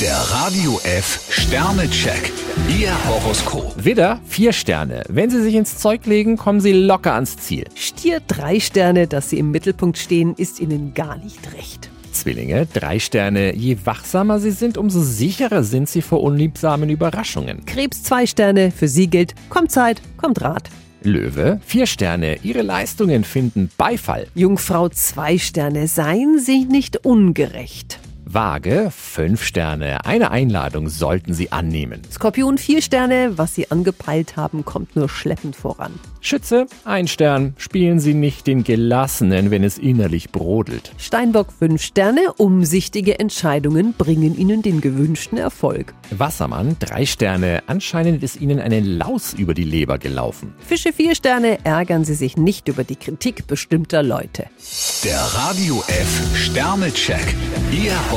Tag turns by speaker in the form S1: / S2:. S1: Der Radio F Sternecheck. Ihr Horoskop.
S2: Widder, vier Sterne. Wenn Sie sich ins Zeug legen, kommen Sie locker ans Ziel.
S3: Stier drei Sterne, dass Sie im Mittelpunkt stehen, ist Ihnen gar nicht recht.
S2: Zwillinge, drei Sterne. Je wachsamer Sie sind, umso sicherer sind Sie vor unliebsamen Überraschungen.
S3: Krebs zwei Sterne, für Sie gilt, kommt Zeit, kommt Rat.
S2: Löwe, vier Sterne. Ihre Leistungen finden Beifall.
S3: Jungfrau zwei Sterne, seien Sie nicht ungerecht.
S2: Waage, fünf Sterne. Eine Einladung sollten Sie annehmen.
S3: Skorpion vier Sterne, was Sie angepeilt haben, kommt nur schleppend voran.
S2: Schütze, ein Stern. Spielen Sie nicht den Gelassenen, wenn es innerlich brodelt.
S3: Steinbock fünf Sterne, umsichtige Entscheidungen bringen Ihnen den gewünschten Erfolg.
S2: Wassermann, drei Sterne. Anscheinend ist Ihnen eine Laus über die Leber gelaufen.
S3: Fische vier Sterne, ärgern Sie sich nicht über die Kritik bestimmter Leute.
S1: Der Radio F Sternecheck. Ihr